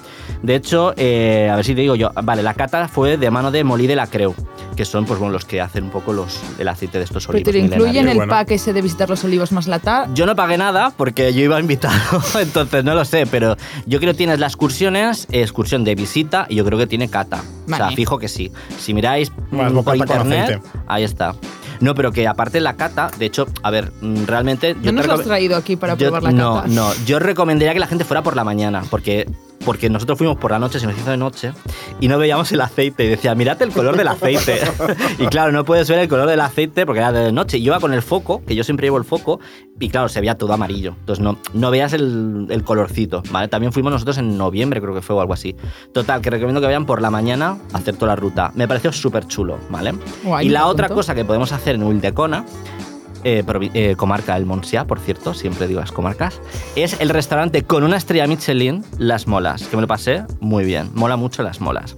Speaker 4: De hecho, eh, a ver si te digo yo. Vale, la cata fue de mano de Molí de la Creu, que son pues, bueno, los que hacen un poco los, el aceite de estos
Speaker 3: Pero
Speaker 4: olivos.
Speaker 3: te lo incluyen
Speaker 4: milenarios.
Speaker 3: el
Speaker 5: Bueno.
Speaker 3: pack ese de visitar los olivos más latar.
Speaker 4: Yo no pagué nada porque yo iba invitado, entonces no lo sé, pero yo creo que tienes las excursiones, eh, excursión de visita y yo creo que tiene cata. O
Speaker 3: Vale.
Speaker 4: sea, fijo que sí. Si miráis mm,
Speaker 5: Más
Speaker 4: por
Speaker 5: bocata con
Speaker 4: internet,
Speaker 5: aceite.
Speaker 4: ahí está. No, pero que aparte la cata, de hecho, a ver, mm, realmente...
Speaker 3: No
Speaker 4: te
Speaker 3: nos lo has
Speaker 4: recome-
Speaker 3: traído aquí para
Speaker 4: yo-
Speaker 3: probar la
Speaker 4: no,
Speaker 3: cata.
Speaker 4: No, yo recomendaría que la gente fuera por la mañana, porque, porque nosotros fuimos por la noche, se nos hizo de noche, y no veíamos el aceite. Y decía, mirad el color del aceite. y claro, no puedes ver el color del aceite porque era de noche. Y yo iba con el foco, que yo siempre llevo el foco, y claro, se veía todo amarillo. Entonces no, no veas el, el colorcito, ¿vale? También fuimos nosotros en noviembre, creo que fue o algo así. Total, que recomiendo que vayan por la mañana a hacer toda la ruta. Me pareció súper chulo, ¿vale?
Speaker 3: Guay,
Speaker 4: y
Speaker 3: me
Speaker 4: la
Speaker 3: apunto.
Speaker 4: otra cosa que podemos hacer en Ulldecona, eh, provi- eh, comarca El Montsià, por cierto, siempre digo las comarcas, es el restaurante con una estrella Michelin, Las Molas, que me lo pasé muy bien. Mola mucho Las Molas.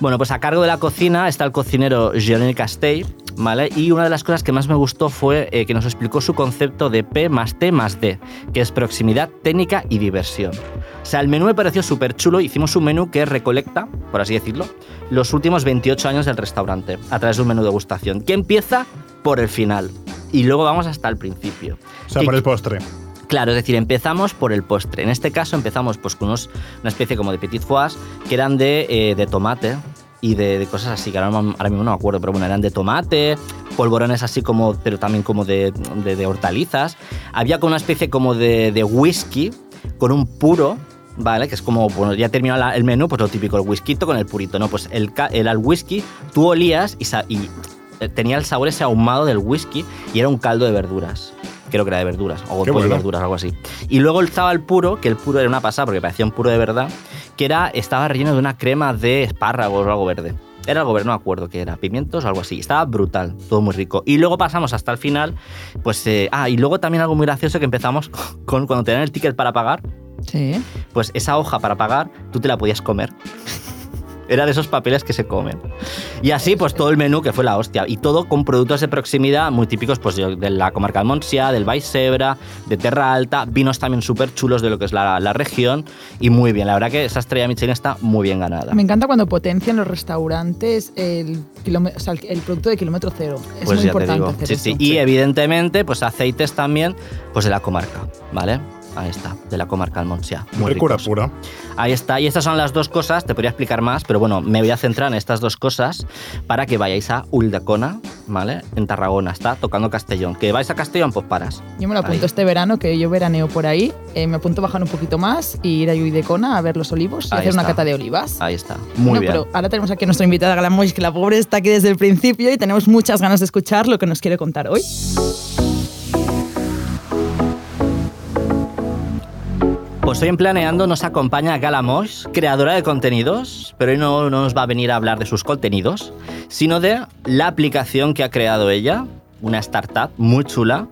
Speaker 4: Bueno, pues a cargo de la cocina está el cocinero Jeremy Castell, ¿vale? Y una de las cosas que más me gustó fue eh, que nos explicó su concepto de P más T más D, que es proximidad, técnica y diversión. O sea, el menú me pareció súper chulo. Hicimos un menú que recolecta, por así decirlo, los últimos 28 años del restaurante a través de un menú degustación, que empieza por el final y luego vamos hasta el principio.
Speaker 5: O sea,
Speaker 4: Que-
Speaker 5: por el postre.
Speaker 4: Claro, es decir, empezamos por el postre. En este caso empezamos pues, con unos, una especie como de petit foies que eran de, eh, de tomate y de, de cosas así, que ahora, no- ahora mismo no me acuerdo, pero bueno, eran de tomate, polvorones así como, pero también como de, de- de hortalizas. Había como una especie como de, de whisky con un puro. ¿Vale? Que es como, bueno, ya terminó la- el menú, pues lo típico, el whisky con el purito, ¿no? Pues el, ca- el, al whisky tú olías y, sa- y eh, tenía el sabor ese ahumado del whisky y era un caldo de verduras. Creo que era de verduras, o pollo
Speaker 5: Qué bueno.
Speaker 4: de verduras, algo así. Y luego estaba el puro, que el puro era una pasada porque parecía un puro de verdad, que era, estaba relleno de una crema de espárragos o algo verde. Era algo verde, no me acuerdo qué era, pimientos o algo así. Estaba brutal, todo muy rico. Y luego pasamos hasta el final, pues... eh, ah, y luego también algo muy gracioso que empezamos con cuando te dan el ticket para pagar,
Speaker 3: Sí.
Speaker 4: pues esa hoja para pagar tú te la podías comer. Era de esos papeles que se comen. Y así, pues todo el menú, que fue la hostia. Y todo con productos de proximidad muy típicos pues, de de la comarca del Montsià, del Baixebra, de Terra Alta. Vinos también súper chulos de lo que es la, la región. Y muy bien. La verdad que esa estrella Michelin está muy bien ganada.
Speaker 3: Me encanta cuando potencian los restaurantes el, kilóme- o sea, el- el producto de kilómetro cero. Es
Speaker 4: Pues
Speaker 3: muy importante hacer
Speaker 4: Sí,
Speaker 3: eso.
Speaker 4: sí. Y evidentemente, pues aceites también pues de la comarca, ¿vale? Ahí está, de la comarca del Montsià. Muy
Speaker 5: Ricura
Speaker 4: ricos.
Speaker 5: pura.
Speaker 4: Ahí está, y estas son las dos cosas, te podría explicar más, pero bueno, me voy a centrar en estas dos cosas para que vayáis a Uldecona, ¿vale? En Tarragona, está tocando Castellón. Que vais a Castellón, pues paras.
Speaker 3: Yo me lo apunto
Speaker 4: Ahí.
Speaker 3: este verano, que yo veraneo por ahí. Eh, me apunto a bajar un poquito más y ir a Yuidecona a ver los olivos y
Speaker 4: Ahí
Speaker 3: hacer una
Speaker 4: está.
Speaker 3: cata de olivas.
Speaker 4: Ahí está, muy
Speaker 3: Bueno,
Speaker 4: bien.
Speaker 3: pero ahora tenemos aquí a nuestra invitada Glamois, que la pobre está aquí desde el principio y tenemos muchas ganas de escuchar lo que nos quiere contar hoy.
Speaker 4: Pues hoy en Planeando nos acompaña Gala Moix, creadora de contenidos, pero hoy no, no nos va a venir a hablar de sus contenidos, sino de la aplicación que ha creado ella, una startup muy chula,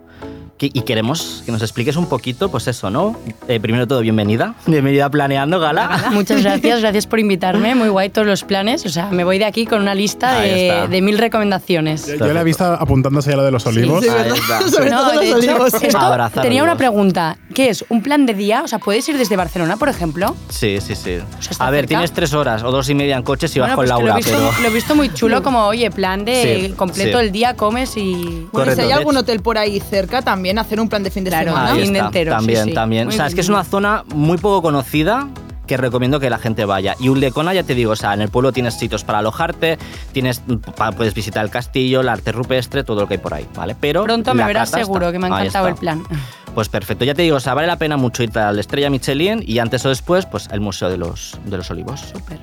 Speaker 4: que- y queremos que nos expliques un poquito, pues eso, ¿no? Eh, primero de todo, bienvenida. Bienvenida a Planeando Gala.
Speaker 2: Muchas gracias, gracias por invitarme. Muy guay todos los planes. O sea, me voy de aquí con una lista
Speaker 4: Ahí está.
Speaker 2: de, de mil recomendaciones.
Speaker 5: Yo, yo la he visto apuntándose a la de los olivos.
Speaker 4: sí, Ahí está.
Speaker 3: Sobre todo
Speaker 2: de
Speaker 3: los
Speaker 2: hecho,
Speaker 3: olivos.
Speaker 2: esto-
Speaker 4: Abrazar
Speaker 2: tenía una
Speaker 4: olivos.
Speaker 2: pregunta. ¿Qué es? ¿Un plan de día? O sea, ¿puedes ir desde Barcelona, por ejemplo?
Speaker 4: Sí, sí, sí.
Speaker 2: sea, está
Speaker 4: A ver,
Speaker 2: cerca.
Speaker 4: tienes tres horas o dos y media en coche si vas
Speaker 2: Bueno,
Speaker 4: con
Speaker 2: pues que
Speaker 4: Laura,
Speaker 2: lo, he visto,
Speaker 4: pero...
Speaker 2: lo he visto muy chulo, como, oye, plan de
Speaker 4: Sí,
Speaker 2: completo
Speaker 4: sí.
Speaker 2: el día, comes y...
Speaker 3: Bueno, y si
Speaker 4: Correcto,
Speaker 3: hay
Speaker 4: de
Speaker 3: algún
Speaker 4: hecho.
Speaker 3: hotel por ahí cerca, también hacer un plan de fin de
Speaker 2: Claro,
Speaker 3: semana.
Speaker 2: ahí
Speaker 4: Ahí
Speaker 2: fin de
Speaker 4: está.
Speaker 2: entero, sí,
Speaker 4: También,
Speaker 2: sí.
Speaker 4: también.
Speaker 2: Muy
Speaker 4: o sea, es que es
Speaker 2: bien.
Speaker 4: una zona muy poco conocida que recomiendo que la gente vaya. Y Ullecona, ya te digo, o sea, en el pueblo tienes sitios para alojarte, tienes, pa- puedes visitar el castillo, el arte rupestre, todo lo que hay por ahí, ¿vale? Pero
Speaker 2: Pronto me
Speaker 4: la
Speaker 2: verás
Speaker 4: cata
Speaker 2: seguro,
Speaker 4: está.
Speaker 2: que me ha
Speaker 4: Ahí
Speaker 2: encantado el
Speaker 4: está.
Speaker 2: plan.
Speaker 4: Pues perfecto, ya te digo, o sea, vale la pena mucho irte a la Estrella Michelin y antes o después, pues el Museo de los, de los Olivos.
Speaker 2: Súper.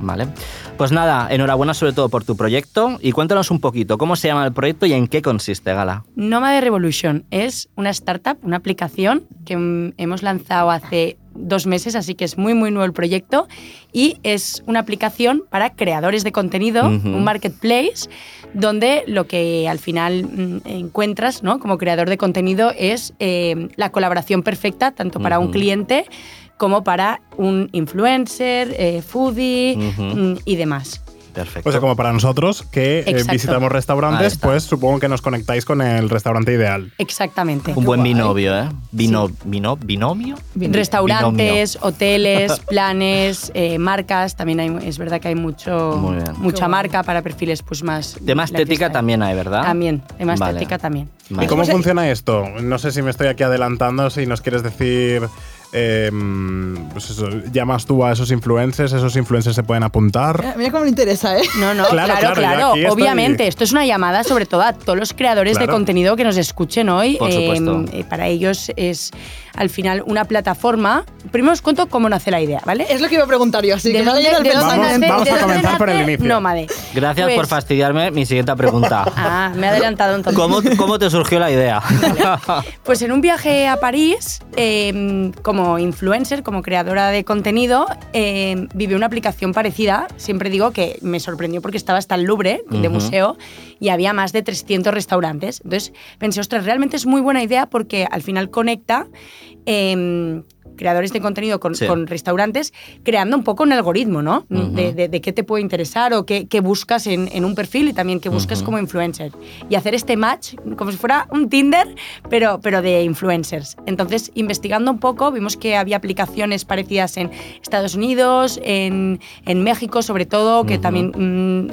Speaker 4: Vale. Pues nada, enhorabuena sobre todo por tu proyecto y cuéntanos un poquito cómo se llama el proyecto y en qué consiste, Gala.
Speaker 2: Nomade Revolution es una startup, una aplicación que mm, hemos lanzado hace dos meses, así que es muy, muy nuevo el proyecto. Y es una aplicación para creadores de contenido,
Speaker 4: Ujú.
Speaker 2: un marketplace, donde lo que al final mm, encuentras ¿no? como creador de contenido es eh, la colaboración perfecta, tanto para un
Speaker 4: Ujú.
Speaker 2: cliente como para un influencer, eh, foodie
Speaker 4: Ujú.
Speaker 2: mm, y demás.
Speaker 4: Perfecto.
Speaker 5: O sea, Pues como para nosotros que eh,
Speaker 2: Exacto.
Speaker 5: visitamos
Speaker 4: Ahí
Speaker 5: restaurantes,
Speaker 4: está.
Speaker 5: pues supongo que nos conectáis con el restaurante ideal.
Speaker 2: Exactamente.
Speaker 4: Un buen binomio, ¿eh? Vino, vino, binomio.
Speaker 2: Restaurantes, hoteles, planes, eh, marcas. También hay, es verdad que hay
Speaker 4: Muy
Speaker 2: mucho,
Speaker 4: bien.
Speaker 2: mucha
Speaker 3: Qué
Speaker 2: marca para perfiles pues más.
Speaker 4: Tema estética
Speaker 2: lifestyle.
Speaker 4: también hay, ¿verdad?
Speaker 2: También, tema
Speaker 4: Vale.
Speaker 2: estética también.
Speaker 4: Vale.
Speaker 5: ¿Y cómo
Speaker 3: Pues, eh,
Speaker 5: funciona esto? No sé si me estoy aquí adelantando, si nos quieres decir, eh, pues eso, llamas tú a esos influencers, esos influencers se pueden apuntar.
Speaker 3: Eh, Mira cómo me interesa, ¿eh?
Speaker 2: No, no,
Speaker 5: Claro,
Speaker 2: claro,
Speaker 5: claro,
Speaker 2: claro.
Speaker 5: yo aquí estoy-
Speaker 2: Obviamente, esto es una llamada sobre todo a todos los creadores
Speaker 5: Claro.
Speaker 2: de contenido que nos escuchen hoy.
Speaker 4: Por
Speaker 2: Eh,
Speaker 4: supuesto.
Speaker 2: eh, para ellos es al final una plataforma. Primero os cuento cómo nace la idea, ¿vale?
Speaker 3: Es lo que iba a preguntar yo, así que no le he ido al
Speaker 2: de
Speaker 5: dónde
Speaker 3: pensamiento.
Speaker 5: nace? Vamos
Speaker 2: de
Speaker 5: a
Speaker 2: dónde
Speaker 5: comenzar por el
Speaker 2: nace
Speaker 5: inicio.
Speaker 2: Nómade.
Speaker 4: Gracias por
Speaker 2: Pues-
Speaker 4: fastidiarme mi siguiente pregunta.
Speaker 2: Ah, me he adelantado entonces.
Speaker 4: ¿Cómo, ¿Cómo te surgió la idea?
Speaker 2: Pues en un viaje a París, eh, como influencer, como creadora de contenido, eh, viví una aplicación parecida. Siempre digo que me sorprendió porque estaba hasta el Louvre, de
Speaker 4: Ujú.
Speaker 2: museo, y había más de 300 restaurantes. Entonces pensé, ostras, realmente es muy buena idea porque al final conecta eh, creadores de contenido con,
Speaker 4: Sí.
Speaker 2: con restaurantes, creando un poco un algoritmo, ¿no?
Speaker 4: Ujú.
Speaker 2: de, de- de qué te puede interesar o qué, qué buscas en, en un perfil y también qué buscas
Speaker 4: Ujú.
Speaker 2: como influencer. Y hacer este match como si fuera un Tinder, pero, pero de influencers. Entonces, investigando un poco, vimos que había aplicaciones parecidas en Estados Unidos, en, en México sobre todo, que
Speaker 4: Ujú.
Speaker 2: también... mm,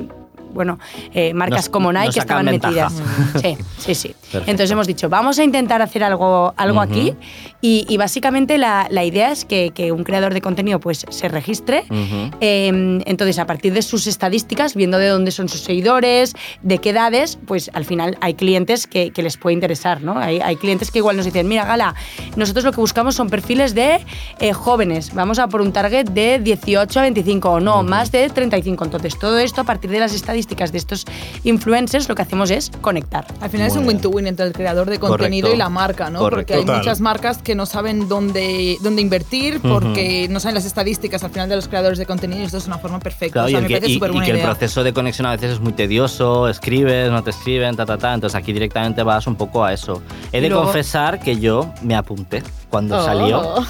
Speaker 2: bueno, eh, marcas
Speaker 4: Nos-
Speaker 2: como Nike
Speaker 4: nos
Speaker 2: que
Speaker 4: sacan
Speaker 2: estaban
Speaker 4: ventaja.
Speaker 2: metidas. Sí, sí, sí.
Speaker 4: Perfecto.
Speaker 2: Entonces hemos dicho, vamos a intentar hacer algo, algo
Speaker 4: Ujú.
Speaker 2: aquí y, y básicamente la, la idea es que, que un creador de contenido pues se registre.
Speaker 4: Ujú.
Speaker 2: Eh, entonces, a partir de sus estadísticas, viendo de dónde son sus seguidores, de qué edades, pues al final hay clientes que, que les puede interesar, ¿no? Hay, hay clientes que igual nos dicen, mira, Gala, nosotros lo que buscamos son perfiles de eh, jóvenes, vamos a por un target de 18 a 25 o no, más de 35. Entonces, todo esto a partir de las estadísticas de estos influencers, lo que hacemos es conectar.
Speaker 3: Al final es
Speaker 4: Muy
Speaker 3: un
Speaker 4: bien.
Speaker 3: win-to-win entre el creador de contenido
Speaker 4: Correcto.
Speaker 3: y la marca, ¿no?
Speaker 4: Correcto.
Speaker 3: Porque hay
Speaker 5: Total.
Speaker 3: muchas marcas que no saben dónde, dónde invertir porque no saben las estadísticas al final de los creadores de contenido y esto es una forma perfecta.
Speaker 4: Claro,
Speaker 3: o
Speaker 4: y
Speaker 3: sea,
Speaker 4: el
Speaker 3: me
Speaker 4: que,
Speaker 3: parece
Speaker 4: y-
Speaker 3: súper
Speaker 4: y
Speaker 3: buena
Speaker 4: que el
Speaker 3: idea.
Speaker 4: proceso de conexión a veces es muy tedioso, escribes, no te escriben, ta, ta, ta. Entonces aquí directamente vas un poco a eso. He de
Speaker 3: Y luego-
Speaker 4: confesar que yo me apunté cuando salió.
Speaker 3: Oh.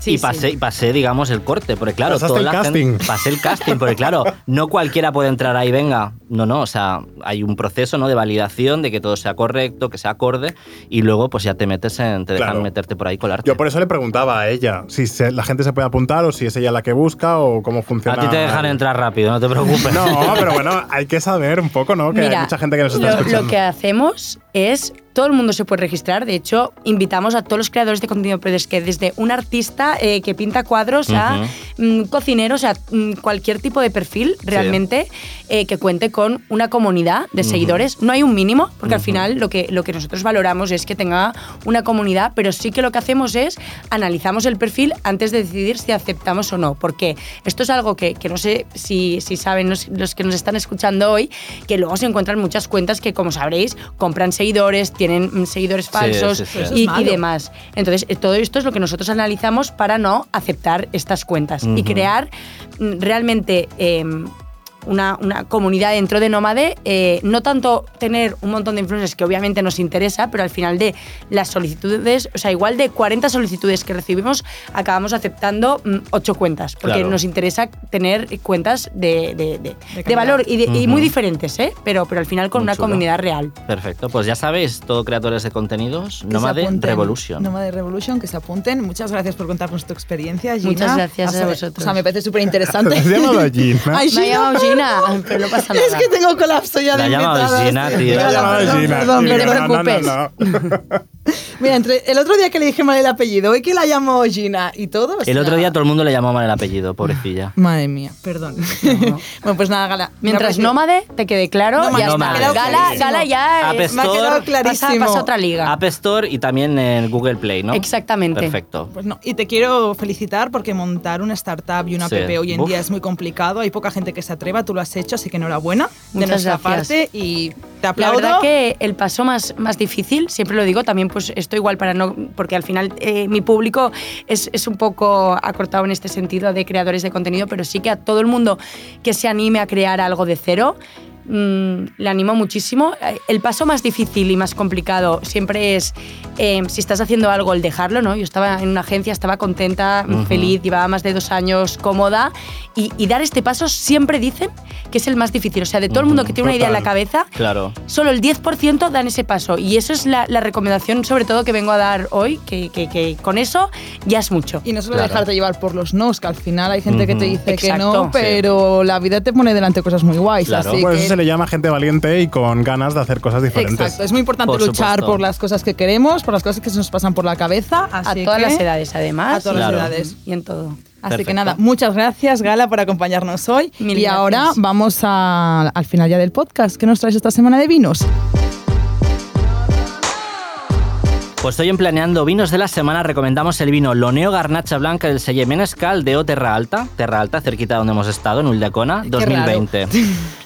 Speaker 2: Sí,
Speaker 4: y
Speaker 2: sí.
Speaker 4: pasé, y pasé, digamos, el corte, porque claro,
Speaker 5: Pasaste el
Speaker 4: la
Speaker 5: casting.
Speaker 4: gente- pasé el casting, porque claro, no cualquiera puede entrar ahí, venga. No, no, o sea, hay un proceso ¿no? de validación, de que todo sea correcto, que sea acorde, y luego pues ya te metes en, te dejan
Speaker 5: Claro.
Speaker 4: meterte por ahí colarte.
Speaker 5: Yo por eso le preguntaba a ella si se- la gente se puede apuntar o si es ella la que busca o cómo
Speaker 4: a
Speaker 5: funciona.
Speaker 4: ti te dejan entrar rápido, no te preocupes.
Speaker 5: No, pero bueno, hay que saber un poco, ¿no? Que hay
Speaker 2: Mira,
Speaker 5: mucha gente que nos está
Speaker 2: lo-
Speaker 5: escuchando.
Speaker 2: Lo que hacemos es, todo el mundo se puede registrar, de hecho, invitamos a todos los creadores de contenido, pero es que desde un artista eh, que pinta cuadros a mm, cocineros, a mm, cualquier tipo de perfil realmente eh, que cuente con una comunidad de seguidores. No hay un mínimo, porque al final lo que, lo que nosotros valoramos es que tenga una comunidad, pero sí que lo que hacemos es analizamos el perfil antes de decidir si aceptamos o no, porque esto es algo que, que no sé si, si saben los, los que nos están escuchando hoy, que luego se encuentran muchas cuentas que, como sabréis, compran seguidores, tienen mm, seguidores falsos
Speaker 4: sí,
Speaker 2: y-
Speaker 4: sí. Eso
Speaker 3: es
Speaker 2: Y,
Speaker 3: malo.
Speaker 2: demás. Entonces, eh, todo esto es lo que nosotros analizamos para no aceptar estas cuentas y
Speaker 4: Ujú.
Speaker 2: crear mm, realmente... em, una, una comunidad dentro de Nómade, eh, no tanto tener un montón de influencers que obviamente nos interesa, pero al final de las solicitudes, o sea, igual de 40 solicitudes que recibimos, acabamos aceptando 8 cuentas, porque
Speaker 4: Claro.
Speaker 2: nos interesa tener cuentas de, de- de- de
Speaker 3: calidad.
Speaker 2: valor y, de- y
Speaker 4: Ujú.
Speaker 2: muy diferentes, ¿eh? pero, pero al final con
Speaker 4: Muy
Speaker 2: una
Speaker 4: chulo.
Speaker 2: comunidad real.
Speaker 4: Perfecto, pues ya sabéis, todo creadores de contenidos,
Speaker 3: Que se
Speaker 4: Nomade
Speaker 3: apunten.
Speaker 4: Revolution.
Speaker 3: Nomade Revolution, que se apunten. Muchas gracias por contarnos tu experiencia, Gina.
Speaker 2: Muchas gracias
Speaker 3: O
Speaker 2: a
Speaker 3: sea,
Speaker 2: vosotros.
Speaker 3: O sea, me parece súper interesante.
Speaker 5: ¿Has llamado a Gina?
Speaker 3: Ay,
Speaker 2: Me ha llamado Gina, pero no pasa nada.
Speaker 3: Es que tengo colapso ya
Speaker 4: La
Speaker 3: de
Speaker 4: ha llamado
Speaker 3: invitadas.
Speaker 4: Gina, tío.
Speaker 5: Me
Speaker 4: La Perdón,
Speaker 5: ha
Speaker 3: perdón,
Speaker 5: llamado Gina,
Speaker 3: perdón,
Speaker 5: tío,
Speaker 3: perdón.
Speaker 5: no, no, no, no.
Speaker 3: Mira, entre el otro día que le dije mal el apellido, hoy que la llamó Gina y todo. o
Speaker 4: El
Speaker 3: sea-
Speaker 4: otro día todo el mundo le llamó mal el apellido, pobrecilla.
Speaker 3: Madre mía, perdón. bueno, pues nada, Gala.
Speaker 2: Mientras
Speaker 3: Me ha parecido-
Speaker 2: nómade, te quede claro,
Speaker 3: Nómade,
Speaker 2: ya está.
Speaker 4: nómade.
Speaker 2: Gala,
Speaker 3: Clarísimo.
Speaker 2: Gala ya es-
Speaker 4: Apestor. Me ha quedado
Speaker 3: clarísimo.
Speaker 2: Pasa, pasa a otra liga.
Speaker 4: App Store y también en Google Play, ¿no?
Speaker 2: Exactamente.
Speaker 4: Perfecto.
Speaker 3: Pues no, y te quiero felicitar porque montar una startup y una
Speaker 4: Sí.
Speaker 3: app hoy en
Speaker 4: Uf.
Speaker 3: día es muy complicado, hay poca gente que se atreva, tú lo has hecho, así que enhorabuena de
Speaker 2: Muchas
Speaker 3: nuestra
Speaker 2: gracias.
Speaker 3: parte y te
Speaker 2: La
Speaker 3: aplaudo.
Speaker 2: verdad que el paso más, más difícil, siempre lo digo, también pues esto igual para no, porque al final eh, mi público es, es un poco acortado en este sentido de creadores de contenido, pero sí que a todo el mundo que se anime a crear algo de cero, mm, le animo muchísimo. Eh, El paso más difícil y más complicado siempre es, eh, si estás haciendo algo, el dejarlo, ¿no? Yo estaba en una agencia, estaba contenta,
Speaker 4: Ujú.
Speaker 2: feliz, llevaba más de dos años cómoda y, y dar este paso siempre dicen que es el más difícil. O sea, de todo el mundo
Speaker 4: Ujú,
Speaker 2: que tiene una idea en la
Speaker 5: total.
Speaker 2: cabeza,
Speaker 4: Claro.
Speaker 2: solo el 10% dan ese paso. Y eso es la, la recomendación, sobre todo, que vengo a dar hoy, que, que- que con eso ya es mucho.
Speaker 3: Y no solo
Speaker 4: Claro.
Speaker 3: dejarte llevar por los nos, que al final hay gente que te
Speaker 4: Ujú.
Speaker 3: dice
Speaker 2: Exacto. Sí.
Speaker 3: que no, pero la vida te pone delante cosas muy guays.
Speaker 4: Claro.
Speaker 3: Así
Speaker 5: Por Pues eso
Speaker 3: que-
Speaker 5: se le llama gente valiente y con ganas de hacer cosas diferentes.
Speaker 3: Exacto, es muy importante
Speaker 4: Por
Speaker 3: luchar
Speaker 4: supuesto.
Speaker 3: por las cosas que queremos, por las cosas que se nos pasan por la cabeza.
Speaker 2: A
Speaker 3: así
Speaker 2: todas
Speaker 3: que-
Speaker 2: las edades, además.
Speaker 3: A todas
Speaker 4: Claro.
Speaker 3: las edades.
Speaker 2: Y en todo.
Speaker 3: Así
Speaker 4: Perfecto.
Speaker 3: que nada, muchas gracias Gala por acompañarnos hoy.
Speaker 2: Mil
Speaker 3: y
Speaker 2: gracias.
Speaker 3: ahora vamos a- al final ya del podcast. ¿Qué nos traes esta semana de vinos?
Speaker 4: Pues hoy en Planeando Vinos de la Semana recomendamos el vino Loneo Garnacha Blanca del Selle Menescal de O Terra Alta, Terra Alta, cerquita de donde hemos estado, en Uldecona,
Speaker 3: Qué
Speaker 4: 2020.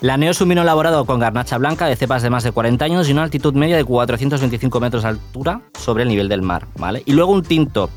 Speaker 4: La Neo es un vino elaborado con garnacha blanca de cepas de más de 40 años y una altitud media de 425 metros de altura sobre el nivel del mar, ¿vale? Y luego un tinto,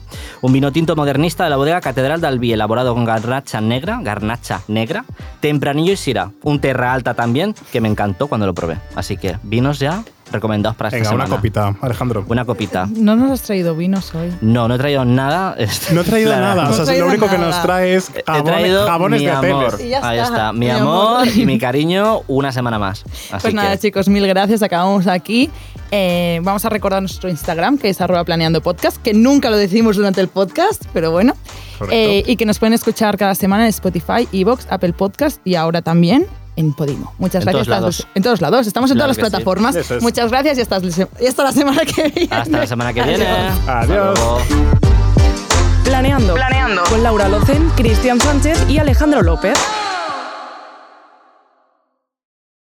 Speaker 4: un vino tinto modernista de la bodega Catedral de Albí, elaborado con garnacha negra, garnacha negra, tempranillo y sira. Un Terra Alta también, que me encantó cuando lo probé. Así que vinos ya recomendados para esta
Speaker 5: Venga, una
Speaker 4: semana.
Speaker 5: copita, Alejandro.
Speaker 4: Una copita.
Speaker 3: No nos has traído vinos hoy.
Speaker 4: No, no he traído nada.
Speaker 5: No he traído
Speaker 4: Clara,
Speaker 5: nada,
Speaker 3: No
Speaker 5: o sea,
Speaker 3: he traído
Speaker 5: lo único que
Speaker 3: nada.
Speaker 5: nos trae es
Speaker 4: He
Speaker 5: jabón-
Speaker 4: traído
Speaker 5: jabones
Speaker 4: mi
Speaker 5: de
Speaker 4: amor.
Speaker 5: hoteles.
Speaker 3: Y ya
Speaker 4: Ahí
Speaker 3: está,
Speaker 4: está. Mi
Speaker 3: mi
Speaker 4: amor
Speaker 3: amor.
Speaker 4: y mi cariño una semana más. Así
Speaker 3: pues nada
Speaker 4: que,
Speaker 3: chicos, mil gracias, acabamos aquí. Eh, vamos a recordar nuestro Instagram, que es arroba planeando podcast, que nunca lo decimos durante el podcast, pero bueno.
Speaker 5: Correcto.
Speaker 3: Eh, y que nos pueden escuchar cada semana en Spotify, Evox, Apple Podcast y ahora también en Podimo. Muchas
Speaker 4: En
Speaker 3: gracias.
Speaker 4: todos
Speaker 3: a las-
Speaker 4: lados.
Speaker 3: En todos lados, estamos en
Speaker 4: Claro
Speaker 3: todas las
Speaker 4: que sí.
Speaker 3: plataformas.
Speaker 5: Eso es.
Speaker 3: Muchas gracias y hasta, y hasta la semana que viene.
Speaker 4: hasta la semana que viene. Hasta
Speaker 5: Adiós.
Speaker 4: luego.
Speaker 1: Planeando. Planeando. Con Laura Locen, Cristian Sánchez y Alejandro López.